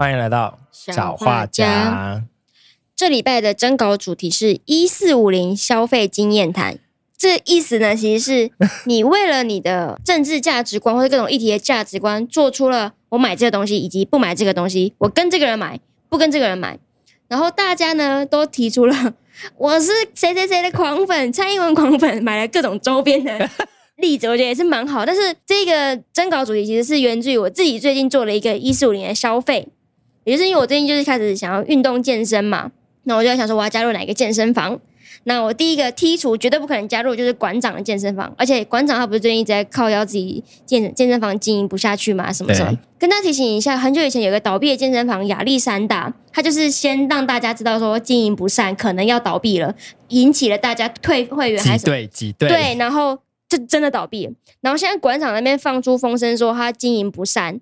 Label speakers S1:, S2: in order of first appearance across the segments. S1: 来到
S2: 小画家。这礼拜的征稿主题是一四五零消费经验谈。这意思呢，其实是你为了你的政治价值观或者各种议题的价值观，做出了我买这个东西以及不买这个东西，我跟这个人买，不跟这个人买。然后大家呢都提出了我是谁谁谁的狂粉，蔡英文狂粉，买了各种周边的例子，我觉得也是蛮好。但是这个征稿主题其实是源自于我自己最近做了一个一四五零的消费，也就是因为我最近就是开始想要运动健身嘛，那我就在想说我要加入哪一个健身房。那我第一个剔除绝对不可能加入就是馆长的健身房，而且馆长他不是最近一直在靠腰自己健健身房经营不下去嘛，什么什么
S1: 对。
S2: 跟大家提醒一下，很久以前有个倒闭的健身房亚历山大，他就是先让大家知道说经营不善，可能要倒闭了，引起了大家退会员还
S1: 挤
S2: 是什么
S1: 兑挤兑，
S2: 对，然后就真的倒闭了。然后现在馆长那边放出风声说他经营不善，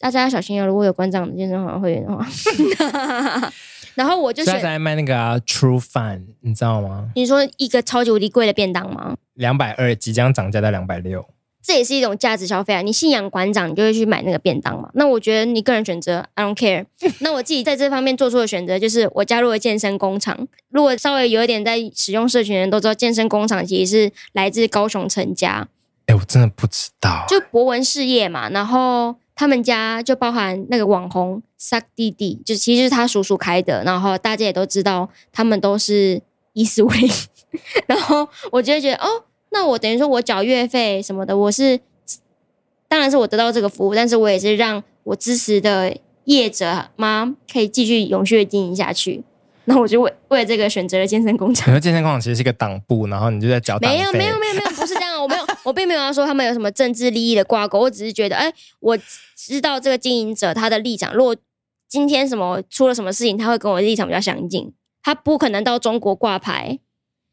S2: 大家要小心哦。如果有馆长的健身房会员的话， 然后我就
S1: 所以他
S2: 选
S1: 在卖那个、啊、True Fun，你知道吗？
S2: 你说一个超级无敌贵的便当吗？
S1: 两百二即将涨价到两百六，
S2: 这也是一种价值消费啊！你信仰馆长，你就会去买那个便当嘛。那我觉得你个人选择，I don't care。那我自己在这方面做出的选择就是，我加入了健身工厂。如果稍微有一点在使用社群的人都知道，健身工厂其实是来自高雄陈家，
S1: 哎、我真的不知道，
S2: 就博文事业嘛，然后他们家就包含那个网红 Suck 弟弟，就其实是他叔叔开的，然后大家也都知道他们都是一四五零， 然后我就会觉得哦，那我等于说我缴月费什么的，我是当然是我得到这个服务，但是我也是让我支持的业者妈可以继续永续的经营下去。那我就为为了这个选择了健身工厂。
S1: 很多健身工厂其实是一个党部，然后你就在缴党
S2: 没有
S1: 费
S2: 没有没有没有，不是这样，我没有，我并没有要说他们有什么政治利益的挂钩，我只是觉得，哎、我知道这个经营者他的立场，如果今天什么出了什么事情，他会跟我的立场比较相近，他不可能到中国挂牌，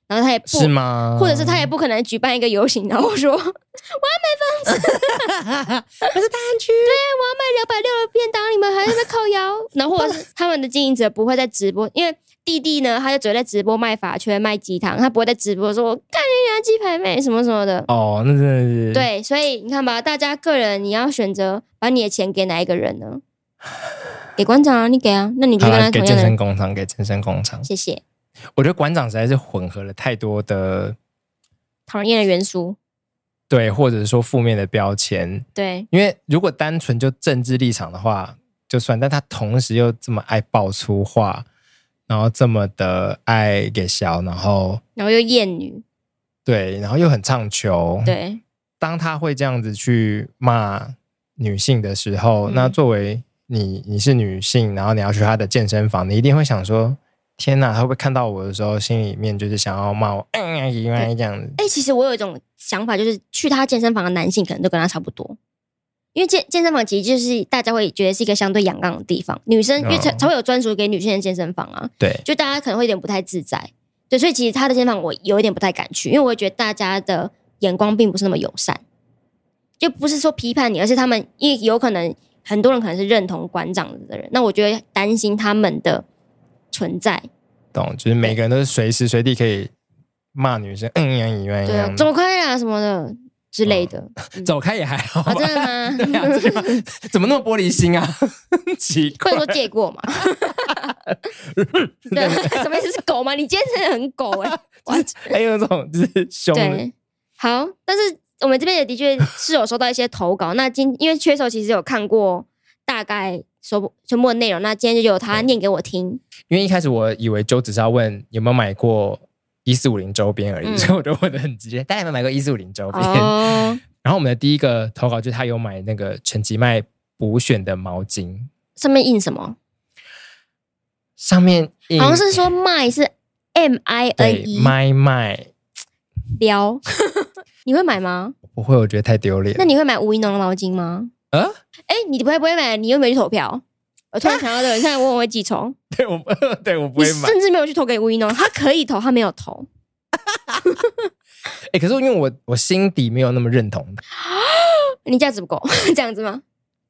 S2: 然后他也不
S1: 是吗？
S2: 或者是他也不可能举办一个游行，然后说我要买房子， 我是大安 区，对，啊我要买两百六的便当，你们还在那靠腰。然后或者是他们的经营者不会在直播，因为弟弟呢，他就只会在直播卖法圈、卖鸡汤，他不会在直播说我干人家鸡排妹什么什么的。
S1: 哦，那真的是，
S2: 对，所以你看吧，大家个人你要选择把你的钱给哪一个人呢？给馆长啊，你给啊，那你就
S1: 好
S2: 跟他
S1: 了，给
S2: 同
S1: 健
S2: 样的
S1: 身
S2: 人，
S1: 工厂，给健身工厂。
S2: 谢谢。
S1: 我觉得馆长实在是混合了太多的
S2: 讨人厌的元素，
S1: 对，或者说负面的标签。
S2: 对，
S1: 因为如果单纯就政治立场的话，就算，但他同时又这么爱爆粗话，然后这么的爱给小，然后
S2: 然后又厌女，
S1: 对，然后又很唱球。，
S2: 对，
S1: 当他会这样子去骂女性的时候，
S2: 嗯
S1: 那作为你你是女性，然后你要去他的健身房，你一定会想说：天哪，他会不会看到我的时候，心里面就是想要骂我，嗯，嗯这样子。
S2: 哎、其实我有一种想法，就是去他健身房的男性可能都跟他差不多，因为健健身房其实就是大家会觉得是一个相对阳刚的地方，女生因为才
S1: 哦
S2: 才会有专属给女性的健身房啊，
S1: 对，
S2: 就大家可能会有点不太自在，对，所以其实他的健身房我有一点不太敢去，因为我会觉得大家的眼光并不是那么友善，就不是说批判你，而是他们因为有可能很多人可能是认同馆长的人，那我就会担心他们的存在，
S1: 懂，就是每个人都是随时随地可以骂女生，嗯呀一样一
S2: 对啊
S1: 样，的，
S2: 走开啦什么的之类的，嗯
S1: 走开也还好吧。
S2: 啊，真的吗？
S1: 对啊，这 个怎么那么玻璃心啊？ 奇
S2: 不
S1: 怪
S2: 能，说借过嘛？对，什么意思是狗吗？你今天真的很狗 哎、
S1: 还有那种就是凶的，
S2: 对，好，但是我们这边也的确是有收到一些投稿。那今因为缺手其实有看过大概所全部的内容，那今天就由他念给我听。
S1: 因为一开始我以为就只是要问有没有买过一四五零周边而已，
S2: 嗯
S1: 所以我就问的很直接，大家有没有买过一四五零周边？
S2: 哦，
S1: 然后我们的第一个投稿就是他有买那个陈吉麦补选的毛巾，
S2: 上面印什么？
S1: 上面印
S2: 好像是说卖是 M I N
S1: 对
S2: E
S1: 麦麦，
S2: 撩， 你会买吗？
S1: 不会，我觉得太丢脸
S2: 那。你会买吴一农的毛巾吗？
S1: 啊，
S2: 哎、你不会不会买？你又没有去投票？我突然想到的，你看我我会记仇。
S1: 对我对我不
S2: 你
S1: 会买。
S2: 甚至没有去投给吴一农，他可以投，他没有投。
S1: 哎、可是因为我我心底没有那么认同他，
S2: 你价值不够， 这样子吗？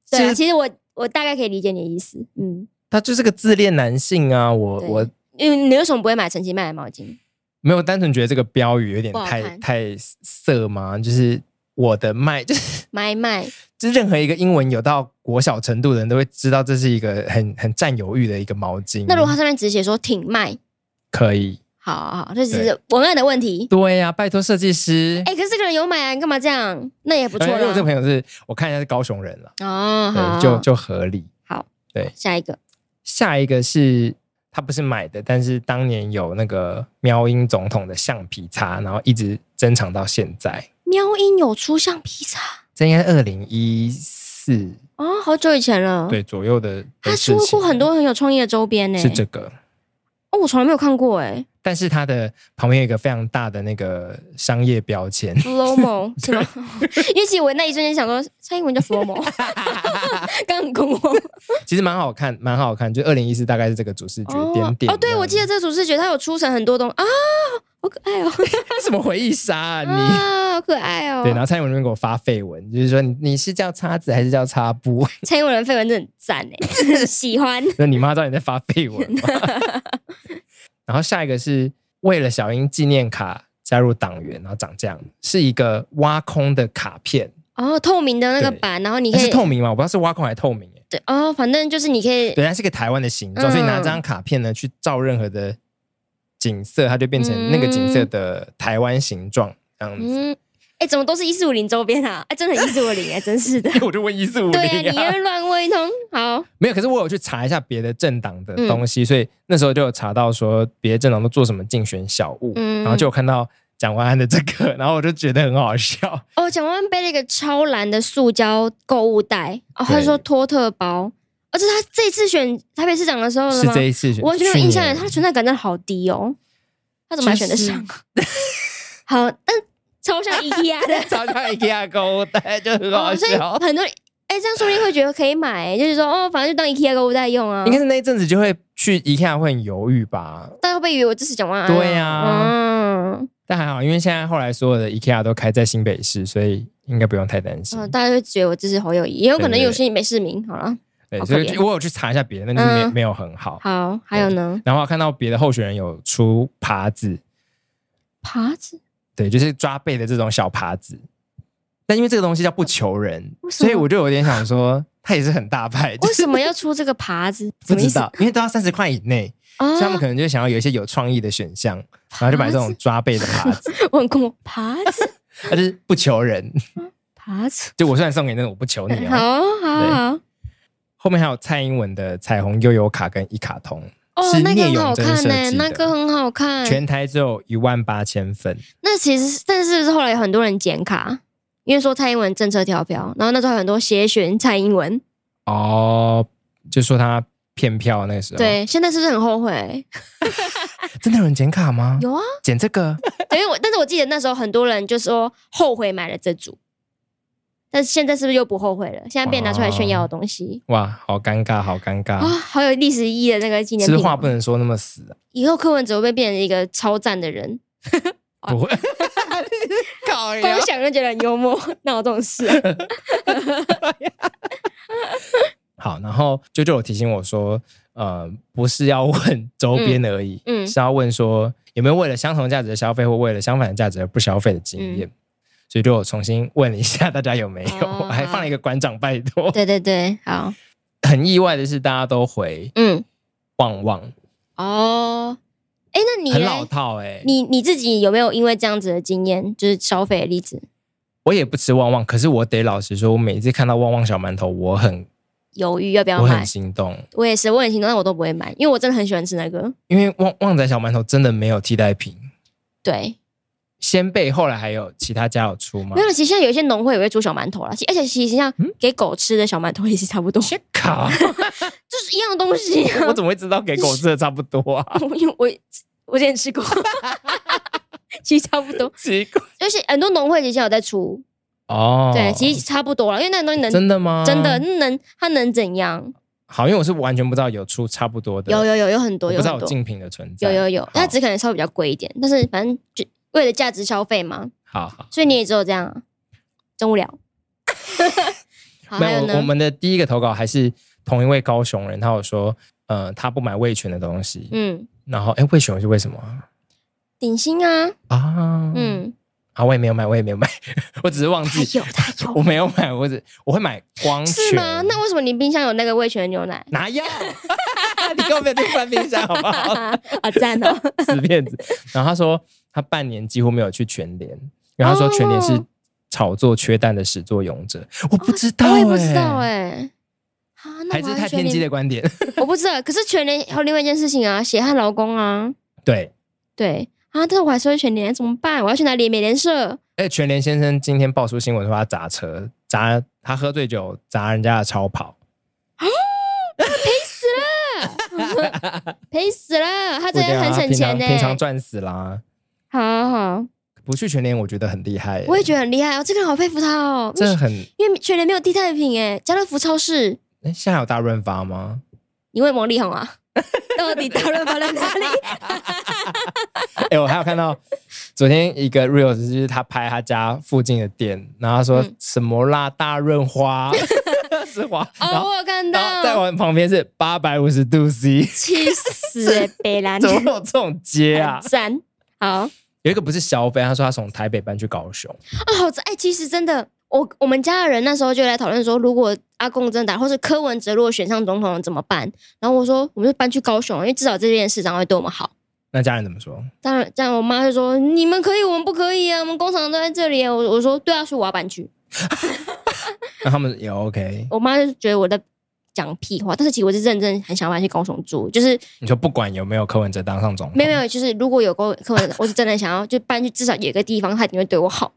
S2: 对啊，其实我我大概可以理解你的意思，嗯，
S1: 他就是个自恋男性啊。我
S2: 对
S1: 我
S2: 因为你为什么不会买陈其迈的毛巾？
S1: 没有单纯觉得这个标语有点
S2: 不好
S1: 太
S2: 看
S1: 太色嘛，就是我的麦，就是
S2: 买卖，
S1: 就任何一个英文有到国小程度的人都会知道，这是一个很很占有欲的一个毛巾。
S2: 那如果它上面只写说挺卖，
S1: 可以，
S2: 好好好，这只是文案的问题。
S1: 对呀、拜托设计师。哎
S2: 哎、可是这个人有买啊，你干嘛这样？那也不错啊
S1: 因为我这个朋
S2: 啦。
S1: 友是我看一下是高雄人了，
S2: 哦，好，
S1: 对，就就合理。
S2: 好。
S1: 对
S2: 下一个
S1: 下一个是他不是买的，但是当年有那个喵音总统的橡皮擦，然后一直珍藏到现在。
S2: 喵音有出橡皮擦
S1: 这应该二零一四
S2: 哦，好久以前了。，
S1: 对左右的。的
S2: 他
S1: 事
S2: 出
S1: 情
S2: 过很多很有创意的周边呢、
S1: 是这个，
S2: 哦，我从来没有看过哎、
S1: 但是它的旁边有一个非常大的那个商业标 签，
S2: Flomo 是吗？ 因为其实我那一瞬间想说，蔡英文叫 Flomo，刚很恐慌。
S1: 其实蛮好看，蛮好看。就二零一四大概是这个主视觉点点
S2: 哦，对，我记得
S1: 这
S2: 这个主视觉它有出成很多东啊，好可爱哦，
S1: 样什么回忆杀、啊、你。
S2: 啊，好可爱哦。
S1: 对，然后蔡英文那边给我发绯闻，就是说你你是叫叉子还是叫叉 布？
S2: 蔡英文的绯闻真的很赞 哎，喜欢。
S1: 那你妈知道你在发绯闻吗？ 然后下一个是为了小英纪念卡加入党员，然后长这样，是一个挖空的卡片，
S2: 哦，透明的那个
S1: 对
S2: 板，然后你
S1: 它
S2: 可
S1: 是
S2: 以
S1: 透明吗？我不知道是挖空还是透明、欸。
S2: 对哦，反正就是你可以
S1: 对，它是个台湾的形状，所以
S2: 嗯
S1: 你拿这张卡片呢去照任何的景色，它就变成那个景色的台湾形状这样子。
S2: 嗯，哎，怎么都是一四五零周边啊？哎，真的很一四五零哎，真是的。
S1: 因为我就 问一四五
S2: 对啊，
S1: 零
S2: 你又乱问一通，好，
S1: 没有，可是我有去查一下别的政党的
S2: 嗯
S1: 东西，所以那时候就有查到说别的政党都做什么竞选小物，
S2: 嗯
S1: 然后就有看到蒋万安的这个，然后我就觉得很好笑。
S2: 哦，蒋万安背了一个超蓝的塑胶购物袋，哦，他
S1: 对
S2: 说托特包，而且他这次选台北市长的时候了
S1: 是
S2: 吗
S1: 这？一次选，
S2: 嗯我完全没有印象耶，
S1: 去
S2: 他
S1: 年，
S2: 的存在感真的好低哦，他怎么还选得上啊？ 好，但超像 IKEA 的
S1: 找到 IKEA 购物袋就很好
S2: 哦所以
S1: 笑。
S2: 很多人哎，这样说不定会觉得可以买耶，就是说哦，反正就当 IKEA 购物袋用啊
S1: 应，该是那一阵子就会去 IKEA 会很犹豫吧，
S2: 大家会不会以为我支持蒋万安？
S1: 对啊
S2: 嗯，
S1: 但还好，因为现在后来所有的 IKEA 都开在新北市，所以应该不用太担心。
S2: 嗯，大家会觉得我支持侯友谊，也有可能
S1: 对对
S2: 有些没市民。好了，
S1: 对，
S2: 好
S1: 所
S2: 可
S1: 以
S2: 怜
S1: 就我有去查一下别的，那就是没、
S2: 嗯
S1: 没有很好。
S2: 好，还有呢，
S1: 然后我看到别的候选人有出耙子，
S2: 耙子，
S1: 对，就是抓背的这种小耙子。但因为这个东西叫不求人，
S2: 为什么
S1: 所以我就有点想说，他也是很大牌，就
S2: 为
S1: 是
S2: 什么要出这个耙子？
S1: 不
S2: 什么意
S1: 知
S2: 思
S1: 道，因为都要三十块以内，所以他们
S2: 啊？
S1: 可能就想要有一些有创意的选项，然后就买这种抓背的耙 子，
S2: 我很困惑，耙子，
S1: 他就是不求人。
S2: 耙子，
S1: 就我虽然送给你，但我不求你
S2: 好
S1: 哦。
S2: 好好，
S1: 后面还有蔡英文的彩虹悠游卡跟一卡通，
S2: 哦
S1: 是，
S2: 那个
S1: 聂
S2: 很
S1: 永
S2: 好
S1: 贞
S2: 看
S1: 设
S2: 呢、
S1: 计
S2: 那
S1: 的
S2: 个很好看。
S1: 全台只有一万八千份。
S2: 那其实是，但是不是后来有很多人剪卡，因为说蔡英文政策调票，然后那时候有很多协选蔡英文。
S1: 哦，就说他骗票那个时候，，
S2: 对，现在是不是很 后悔？
S1: 真的有人剪卡吗？
S2: 有啊，
S1: 剪这 个，
S2: 对，因为我但是我记得那时候很多人就说后悔买了这组，但是现在是不是又不后悔了？现在变拿出来炫耀的东西
S1: 哇，好尴尬，好尴
S2: 啊、
S1: 尬，
S2: 好有历史意义的那个纪念
S1: 是不
S2: 品
S1: 是
S2: 哦。
S1: 话不能说那么死啊？
S2: 以后柯文哲会不会变成一个超赞的人，哦
S1: 不 会，搞
S2: 光想就觉得很幽默，哪有这种事、啊？
S1: 好，然后舅舅有提醒我说，呃，不是要问周边而已，
S2: 嗯嗯
S1: 是要问说有没有为了相同价值的消费，或为了相反的价值而不消费的经
S2: 嗯
S1: 验。所以就我重新问了一下大家有没有，
S2: 哦
S1: 我还放了一个馆长拜托。
S2: 对对对，好，
S1: 很意外的是，大家都回
S2: 嗯，
S1: 旺旺，
S2: 哦，哎，那你
S1: 很
S2: 嘞
S1: 老套哎、
S2: 你你自己有没有因为这样子的经验，就是消费的例子？
S1: 我也不吃旺旺，可是我得老实说，我每次看到旺旺小馒头，我很
S2: 犹豫要不要
S1: 我
S2: 买
S1: 很？心动，
S2: 我也是，我很心动，但我都不会买，因为我真的很喜欢吃那个。
S1: 因为旺旺仔小馒头真的没有替代品。
S2: 对，
S1: 先贝后来还有其他家有出吗
S2: 没？有，其实现在有一些农会也会做小馒头啦，其而且其实像
S1: 嗯
S2: 给狗吃的小馒头也是差不多，
S1: 切 卡，
S2: 就是一样的东西、啊。
S1: 我怎么会知道给狗吃的差不多 啊？
S2: 因为 我我之前吃过，其实差不多，
S1: 奇怪
S2: 而且很多农会其实有在出，
S1: 哦，
S2: 对，其实差不多了，因为那个东西能
S1: 真的吗？
S2: 真的能它能怎样？
S1: 好，因为我是完全不知道有出差不多的，
S2: 有有有有很
S1: 我
S2: 多，
S1: 不知道
S2: 很
S1: 有
S2: 多。
S1: 竞品的存在，
S2: 有有有，它
S1: 好
S2: 只可能稍微比较贵一点，但是反正就为了价值消费嘛，
S1: 好好。
S2: 所以你也只有这样啊，真无 聊。好，
S1: 没
S2: 还有
S1: 有，我
S2: 呢？
S1: 们的第一个投稿还是同一位高雄人，他有说，呃，他不买味全的东西，
S2: 嗯，
S1: 然后哎，味全是为什么啊
S2: 顶薪啊，
S1: 啊？嗯，
S2: 嗯，
S1: 啊，我也没有买，我也没有买， 我只是忘
S2: 他
S1: 记
S2: 有，他有
S1: 我没有买，我只我会买光泉
S2: 是吗？那为什么你冰箱有那个味全 牛奶？
S1: 哪有？你给我没有去翻冰箱好不 好？
S2: 啊，赞哦！
S1: 死骗子。然后他说他半年几乎没有去全联，然后他说全联是
S2: 哦
S1: 炒作缺蛋的始作俑者，我不知道、欸
S2: 我也不知道哎。啊，那
S1: 还
S2: 我
S1: 是
S2: 要
S1: 太
S2: 去
S1: 偏激
S2: 联
S1: 的观点。
S2: 我不知道。可是全联还有另外一件事情啊，血汗劳工啊，
S1: 对，
S2: 对啊，但是我还是会全联，怎么办？我要去哪里？美联社
S1: 而且哎全联先生今天爆出新闻说他砸车，砸他喝醉酒砸人家的超跑，
S2: 赔死了，他
S1: 不
S2: 真
S1: 一定啊
S2: 的很省钱欸呢、
S1: 平常平常赚死啦。
S2: 好好好，
S1: 不去全联，我觉得很厉害、欸。
S2: 我也觉得很厉害哦，这个人好佩服他哦。
S1: 这很
S2: 因为全联没有替代品哎，家乐福超市，
S1: 哎，现在还有大润发吗？
S2: 你问王力宏啊，到底大润发在哪 里？哦
S1: 哎、我还有看到昨天一个 reels，就是他拍他家附近的店，然后他说
S2: 嗯
S1: 什么辣大润 花是花，然
S2: 哦，
S1: 后
S2: 我有看
S1: 然后再
S2: 到，
S1: 往旁边是八百五十度 C，
S2: 气 死哎，北兰？
S1: 怎么会有这种街啊
S2: 赞。好，
S1: 有一个不是消费，他说他从台北搬去高雄，
S2: 啊，好赞！哎、其实真的，我我们家的人那时候就来讨论说，如果阿公真打，或是柯文哲如果选上总统了怎么办？然后我说，我们就搬去高雄，因为至少这边市长会对我们好。
S1: 那家人怎么说？
S2: 当然，这样我妈就说：“你们可以，我们不可以啊！我们工厂都在这里啊。”我我说：“对啊，所以我要搬去。
S1: 那他们也 OK”。
S2: 我妈就觉得我在讲屁话，但是其实我是认真很想搬去高雄住，就是
S1: 你说不管有没有柯文哲当上总统，
S2: 没有没有，就是如果有高柯文哲，我是真的想要就搬去，至少有一个地方他一定会对我好。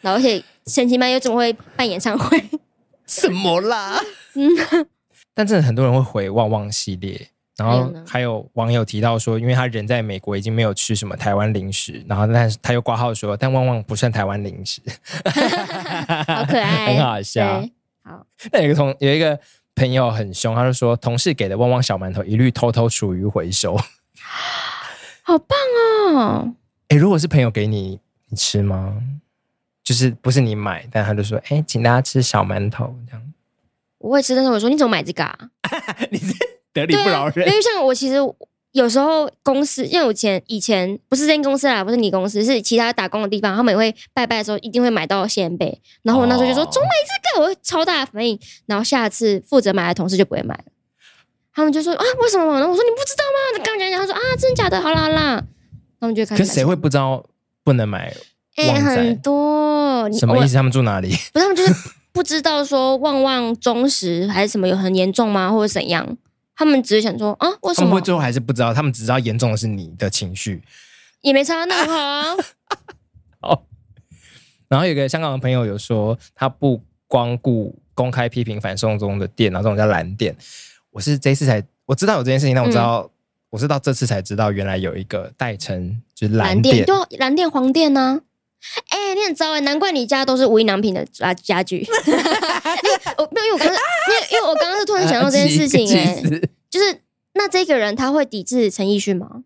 S2: 然后而且神奇曼又怎么会办演唱会？
S1: 什么啦？
S2: 嗯，
S1: 但真的很多人会回旺旺系列，然
S2: 还有
S1: 后
S2: 呢
S1: 还有网友提到说，因为他人在美国已经没有吃什么台湾零食，然后但是他又挂号说，但旺旺不算台湾零 食，
S2: 好可爱，
S1: 很好笑
S2: 对。
S1: 那有一个同有一个朋友很凶，他就说同事给的旺旺小馒头一律偷偷处于回收。
S2: 好棒哦！
S1: 哎、如果是朋友给你，你吃吗？就是不是你买，但他就说，哎、请大家吃小馒头这样，
S2: 我会吃，但是我说你怎么买这个啊？
S1: 你是得理
S2: 对
S1: 不饶
S2: 啊，因
S1: 人。
S2: 为像我其实有时候公司，因为我以前以前不是这间公司啦，不是你公司，是其他打工的地方，他们也会拜拜的时候一定会买到鲜贝，然后我那时候就说
S1: 哦
S2: 总买这个，我会超大的反应，然后下次负责买的同事就不会买了。他们就说啊，为什么？然后我说你不知道吗？刚讲讲，他说啊，真的假的？好啦好啦，他们就开
S1: 可
S2: 始
S1: 是
S2: 买。
S1: 谁会不知道不能买？
S2: 哎、
S1: 旺仔
S2: 很多，你
S1: 什
S2: 我
S1: 么意思？他们住哪里？
S2: 不是他们就是不知道说旺旺中时还是什么有很严重吗，或者怎样？他们只是想说啊，为
S1: 他
S2: 什
S1: 们
S2: 么
S1: 会最后还是不知道，他们只知道严重的是你的情绪。
S2: 也没差，那很好啊。
S1: 哦然后有个香港的朋友有说，他不光顾公开批评反送中的店，然后这种叫蓝店。我是这一次才我知道有这件事情，但我
S2: 嗯
S1: 知道、我是到这次才知道，原来有一个代称就是 蓝
S2: 蓝
S1: 店
S2: 电，就蓝电黄电呢、哎、你很糟哎、难怪你家都是无印良品的家家具。 哎我没有，因为我刚刚，因为因为我刚刚是突然
S1: 啊
S2: 想到这件 事情哎、
S1: 呃气死
S2: 就是那这个人他会抵制陈奕迅吗？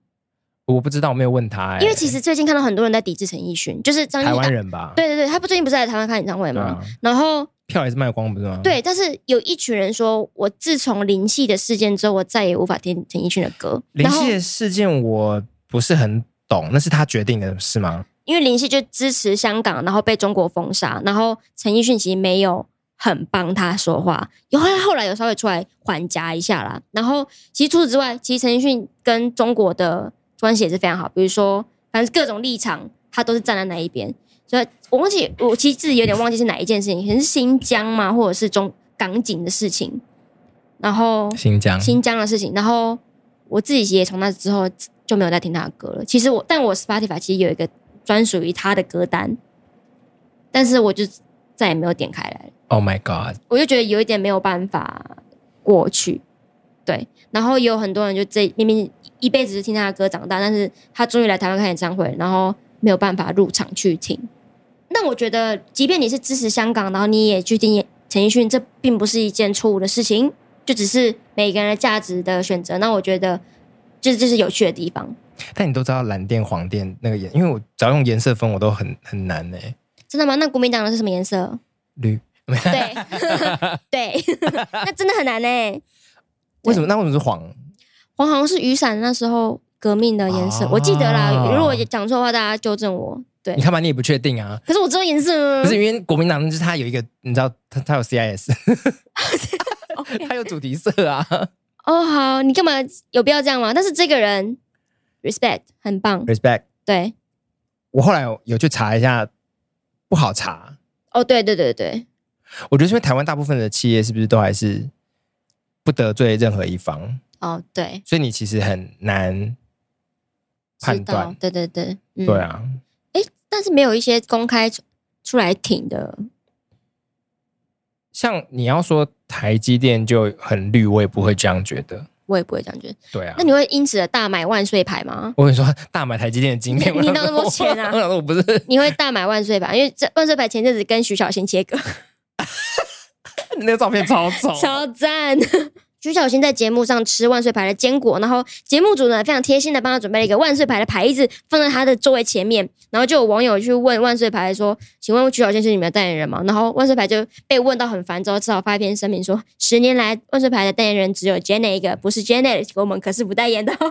S1: 我不知道，我没有问他、哎
S2: 因为其实最近看到很多人在抵制陈奕迅，就是张艺
S1: 台湾
S2: 啊
S1: 人吧，
S2: 对对对，他不最近不是来台湾开演唱会
S1: 对
S2: 吗？
S1: 啊，
S2: 然后
S1: 票也是卖光不是吗？，
S2: 对，但是有一群人说，我自从林夕的事件之后，我再也无法听陈奕迅的歌。
S1: 林
S2: 然后
S1: 夕的事件我不是很懂，那是他决定的是吗？
S2: 因为林夕就支持香港，然后被中国封杀，然后陈奕迅其实没有很帮他说话，有后来后来有稍微出来缓夹一下啦。然后其实除此之外，其实陈奕迅跟中国的关系也是非常好，比如说反正各种立场他都是站在那一边。所以我忘记我其实自己有点忘记是哪一件事情，可能是新疆嘛，或者是中港警的事情，然后
S1: 新疆，
S2: 新疆的事情，然后我自己也从那之后就没有再听他的歌了。其实我，但我 Spotify 其实有一个专属于他的歌单，但是我就再也没有点开来了。
S1: Oh my God！
S2: 我就觉得有一点没有办法过去，对。然后也有很多人就这明明一辈子是听他的歌长大，但是他终于来台湾开演唱会，然后没有办法入场去听。那我觉得，即便你是支持香港，然后你也去听陈奕迅，这并不是一件错误的事情，就只是每个人的价值的选择。那我觉得，这这是有趣的地方，
S1: 但你都知道蓝靛、黄靛那个颜，因为我只要用颜色分，我都很很难呢、
S2: 真的吗？那国民党的是什么颜色？
S1: 绿，
S2: 对， 对， 那真的很难呢、欸
S1: 为什么？那为什么是黄？
S2: 黄好像是雨伞那时候革命的颜色，我记得啦
S1: 哦。
S2: 如果讲错的话，大家纠正我。对
S1: 你，看吧，你也不确定啊。
S2: 可是我知道颜色
S1: 不 是因为国民党，就是他有一个，你知道，他他有 CIS，他有主题色啊。
S2: 哦。好，你干嘛有必要这样吗？但是这个人 respect 很棒，
S1: Respect，
S2: 对，
S1: 我后来有去查一下，不好查。
S2: 哦，对对对对，
S1: 我觉得是因为台湾大部分的企业是不是都还是不得罪任何一方，
S2: 哦对，
S1: 所以你其实很难
S2: 知
S1: 判
S2: 道
S1: 断，。
S2: 对对对，嗯
S1: 对。啊，
S2: 但是没有一些公开出出来挺的，
S1: 像你要说台积电就很绿，我也不会这样觉得。
S2: 我也不会这样觉得。
S1: 对啊
S2: 那，你会因此而大买万岁牌吗？
S1: 我跟你说， 大买台积电的经验，
S2: 你你拿那么多钱啊
S1: 我想说我不是
S2: 你会大买万岁牌？因为这万岁牌前阵子跟徐小新切割，
S1: 那个照片超丑，
S2: 超赞。 徐小新在节目上吃万岁牌的坚果，然后节目组呢非常贴心的帮他准备了一个万岁牌的牌子，放在他的座位前面。然后就有网友去问万岁牌说：“请问徐小新是你们的代言人吗？”然后万岁牌就被问到很烦之后，只好发一篇声明说：“十年来，万岁牌的代言人只有 Jenny 一个，不是 Jenny，我们可是不代言的 哦。”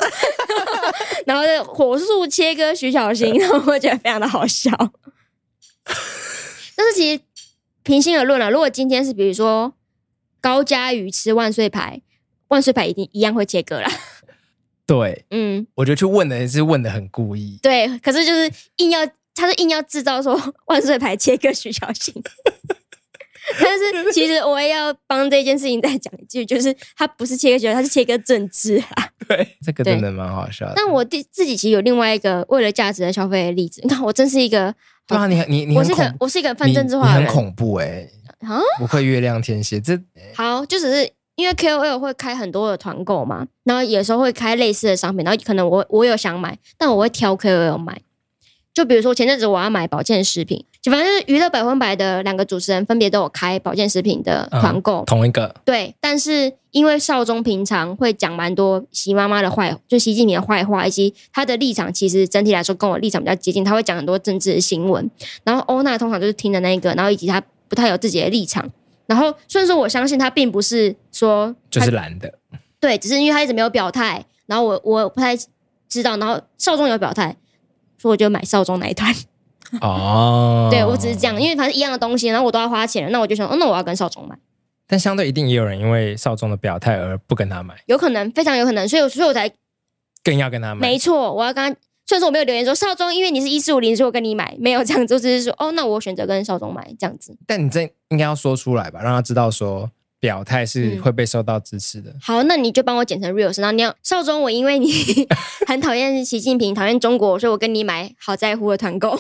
S2: 然后就火速切割徐小新，然后我觉得非常的好笑。但是其实平心而论啊，如果今天是比如说高佳瑜吃万岁牌，万岁牌一定一样会切割啦。
S1: 对，
S2: 嗯，
S1: 我觉得去问的人是问的很故意，
S2: 对。可是就是硬要，他是硬要制造说 万岁牌切割徐小新。 但是其实我也要帮这件事情再讲一句，就是他不是切割徐小新，他是切割政治啊。
S1: 对，这个
S2: 对
S1: 真的蛮好笑的。
S2: 但我第自己其实有另外一个为了价值的消费的例子。你看，我真是一个，
S1: 对啊，你你你
S2: 我
S1: 很
S2: 是一个
S1: 恐，
S2: 我是一个泛政治
S1: 你
S2: 化的
S1: 你很
S2: 人
S1: 恐怖哎，
S2: 啊。
S1: 不愧月亮天蝎，这
S2: 好，就只是因为 KOL 会开很多的团购嘛，然后有时候会开类似的商品，然后可能我我有想买，但我会挑 KOL 买。就比如说前阵子我要买保健食品，就反正就是娱乐百分百的两个主持人分别都有开保健食品的团购，
S1: 同一个
S2: 对。但是因为少中平常会讲蛮多习妈妈的坏，就习近平的坏话，以及他的立场，其实整体来说跟我立场比较接近，他会讲很多政治的新闻。然后欧娜通常就是听的那一个，然后以及她不太有自己的立场。然后虽然说我相信她并不是说
S1: 就
S2: 她
S1: 是蓝的，
S2: 对，只是因为她一直没有表态，然后我我不太知道，然后少中有表态，所以我就买少中那一团。
S1: 哦，
S2: 对我只是这样，因为反正一样的东西，然后我都要花钱了，那我就想，哦，那我要跟少中买，
S1: 但相对一定也有人因为少中的表态而不跟他买，
S2: 有可能非常有可能，所以我所以我才
S1: 更要跟他买。
S2: 没错，我要跟他。虽然说我没有留言说少中，因为你是一四五零，所以我跟你买，没有这样子，我只是说哦，那我选择跟少中买这样子。
S1: 但你真应该要说出来吧，让他知道说表态是
S2: 嗯
S1: 会被受到支持的。
S2: 好，那你就帮我剪成 reels，然后你要少中，我因为你 很讨厌习近平，讨厌中国，所以我跟你买好在乎的团购，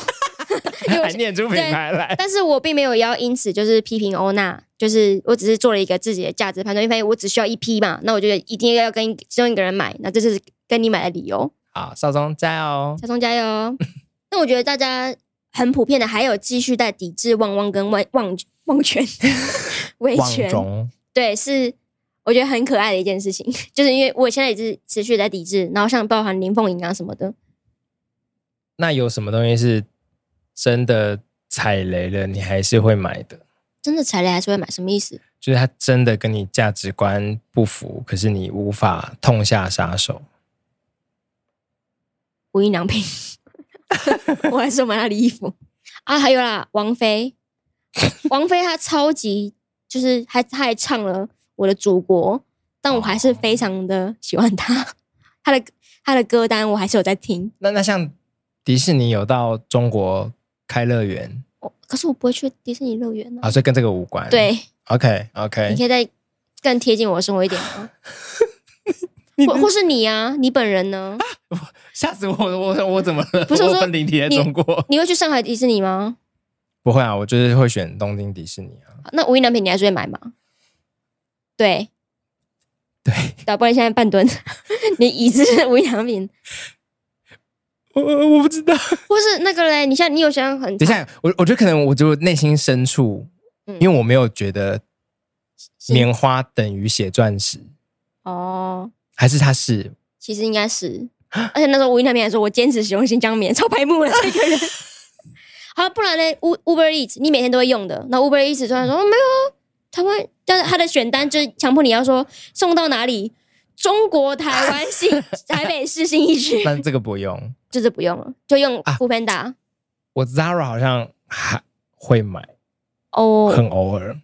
S2: 因为我
S1: 还念出品牌来，
S2: 但是我并没有要因此就是批评欧娜，就是我只是做了一个自己的价值判断，因为我只需要一批嘛，那我觉得一定要跟其中一个人买，那这就是跟你买的理由。
S1: 好，少中加油哦！
S2: 小松加油！那我觉得大家很普遍的还有继续在抵制旺旺跟旺旺旺 圈、维
S1: 旺
S2: 权，
S1: 中
S2: 对，是我觉得很可爱的一件事情， 就是因为我现在也是持续在抵制，然后像包含林凤营啊什么的，
S1: 那有什么东西是真的踩雷了，你还是会买的？
S2: 真的踩雷还是会买，什么意思？
S1: 就是他真的跟你价值观不符，可是你无法痛下杀手。
S2: 无印良品， 我还是买他的衣服啊，还有啦，王菲，王菲她超级就是还她还唱了《我的祖国》，但我还是非常的喜欢她，她的她的歌单我还是有在听，
S1: 那那像迪士尼有到中国开乐园
S2: 我哦可是我不会去迪士尼乐园哎呢、
S1: 啊，所以跟这个无关。
S2: 对，
S1: ，OK
S2: 你
S1: OK，
S2: 可以再更贴近我的生活一点 吗？或或是你啊，你本人呢？
S1: 吓死我！我我怎么了？
S2: 不是我
S1: 我
S2: 说
S1: 分离体在
S2: 你
S1: 中国，
S2: 你会去上海迪士尼吗？
S1: 不会啊，我就是会选东京迪士尼啊。
S2: 那无印良品你还是会买吗？对，
S1: 对，
S2: 对，啊不然现在半蹲， 你已知无印良品，
S1: 我我不知道。
S2: 或是那个嘞？你像你有想 很
S1: 等一下，我我觉得可能我就内心深处，
S2: 嗯
S1: 因为我没有觉得
S2: 是
S1: 棉花等于血钻石，
S2: 哦，
S1: 还是它 是
S2: 其实应该是，而且那时候无印良品还说我坚持使用新疆棉，超白目了这个人。 好，不然呢？U Uber Eats 你每天都会用的，那 Uber Eats 突然说、哦没有啊，他会，但是他的选单就是强迫你要说送到哪里，中国台湾 新台北市新一区，
S1: 但这个不用。
S2: 就是不用了，就用
S1: 啊
S2: f o o p a n d a
S1: 我 Zara 好像还会买，
S2: 哦，
S1: 很偶尔，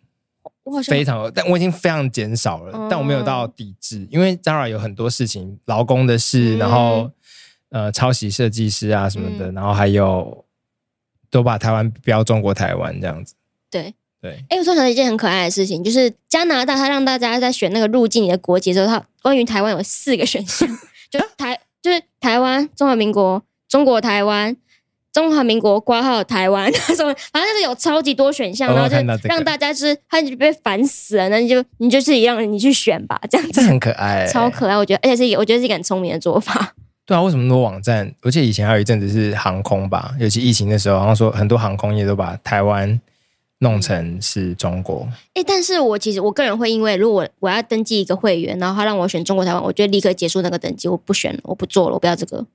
S2: 我好像
S1: 非常偶尔，但我已经非常减少了，
S2: 哦
S1: 但我没有到抵制，因为 Zara 有很多事情，劳工的事，
S2: 嗯
S1: 然后呃抄袭设计师啊什么的，
S2: 嗯
S1: 然后还有都把台湾标中国台湾这样子，
S2: 对。
S1: 对，
S2: 哎、我突然想到一件很可爱的事情，就是加拿大，它让大家在选那个入境你的国籍的时候，它关于台湾有四个选项， 就是台就是台湾、中华民国、中国台湾、中华民国挂号台湾， 什么反正就是有超级多选项，
S1: 哦
S2: 然后
S1: 我
S2: 就
S1: 看到这个
S2: 让大家就是他就被烦死了，那你就你就自己让你去选吧，这样
S1: 这
S2: 子
S1: 很可爱、欸
S2: 超可爱，我觉得，而且是一个我觉得是一个很聪明的做法，
S1: 对啊，为什么那么多网站？而且以前还有一阵子是航空吧，尤其疫情的时候，好像说很多航空业都把台湾弄成是中国。
S2: 哎、但是我其实我个人会因为，如果我我要登记一个会员，然后他让我选中国台湾，我就立刻结束那个登记，我不选了，我不做了，我不要这个。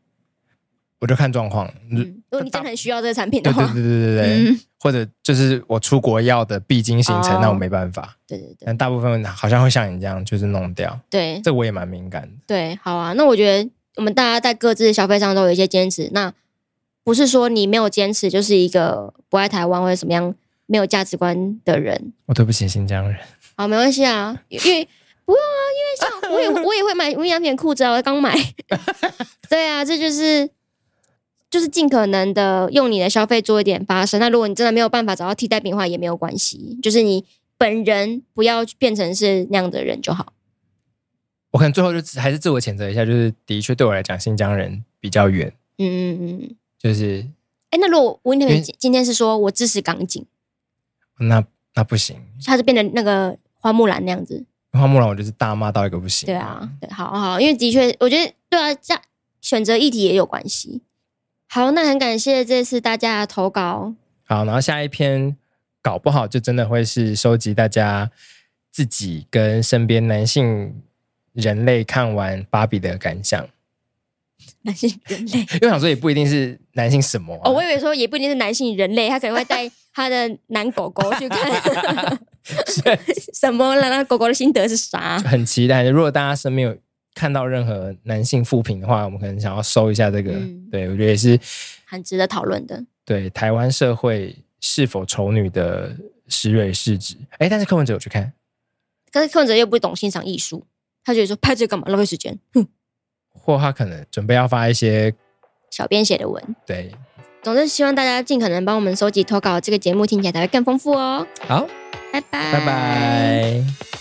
S1: 我就看状况，
S2: 嗯，如果你真的很需要这个产品的
S1: 对对
S2: 话，
S1: 对对对对，
S2: 嗯，
S1: 或者就是我出国要的必经行程，
S2: 哦
S1: 那我没办法。
S2: 对对对
S1: 但大部分好像会像你这样，就是弄掉。
S2: 对
S1: 这我也蛮敏感的。
S2: 对，好啊。那我觉得我们大家在各自的消费上都有一些坚持，那不是说你没有坚持就是一个不爱台湾或者什么样没有价值观的人。
S1: 我对不起新疆人，
S2: 好，没关系啊，因为不用啊，因为像我也我也会买无印良品的裤子啊，我刚买。 对啊，这就是就是尽可能的用你的消费做一点发声。那如果你真的没有办法找到替代品的话，也没有关系，就是你本人不要变成是那样的人就好。
S1: 我可能最后就还是自我谴责一下，就是的确对我来讲，新疆人比较远，
S2: 嗯嗯嗯嗯。
S1: 就是
S2: 哎、那如果无印良
S1: 因
S2: 品
S1: 为
S2: 今今天是说我支持港警，
S1: 那那不行。
S2: 他就变成那个花木兰那样子。
S1: 花木兰我就是大骂到一个不行。
S2: 对啊，对，好好，因为的确，我觉得对啊，这样选择议题也有关系。好，那很感谢这次大家的投稿，
S1: 好，然后下一篇搞不好就真的会是收集大家自己跟身边男性人类看完芭比的感想，
S2: 男性人 类
S1: 因为我想说也不一定是男性什么啊、
S2: 哦，我以为说也不一定是男性人类，他可能会带他的男狗狗去看 什么啦，那狗狗的心得是 啥？
S1: 很期待。如果大家身边有看到任何男性负评的话，我们可能想要收一下这个。
S2: 嗯
S1: 对我觉得也是
S2: 很值得讨论的。
S1: 对台湾社会是否丑女的时蕊试纸。哎，但是柯文哲有去看，
S2: 可是柯文哲又不懂欣赏艺术，他觉得说拍这个干嘛浪费时间？哼，
S1: 或他可能准备要发一些
S2: 小编写的文。
S1: 对。
S2: 总之，希望大家尽可能帮我们收集投稿，这个节目听起来才会更丰富哦。
S1: 好，
S2: 拜拜，
S1: 拜拜。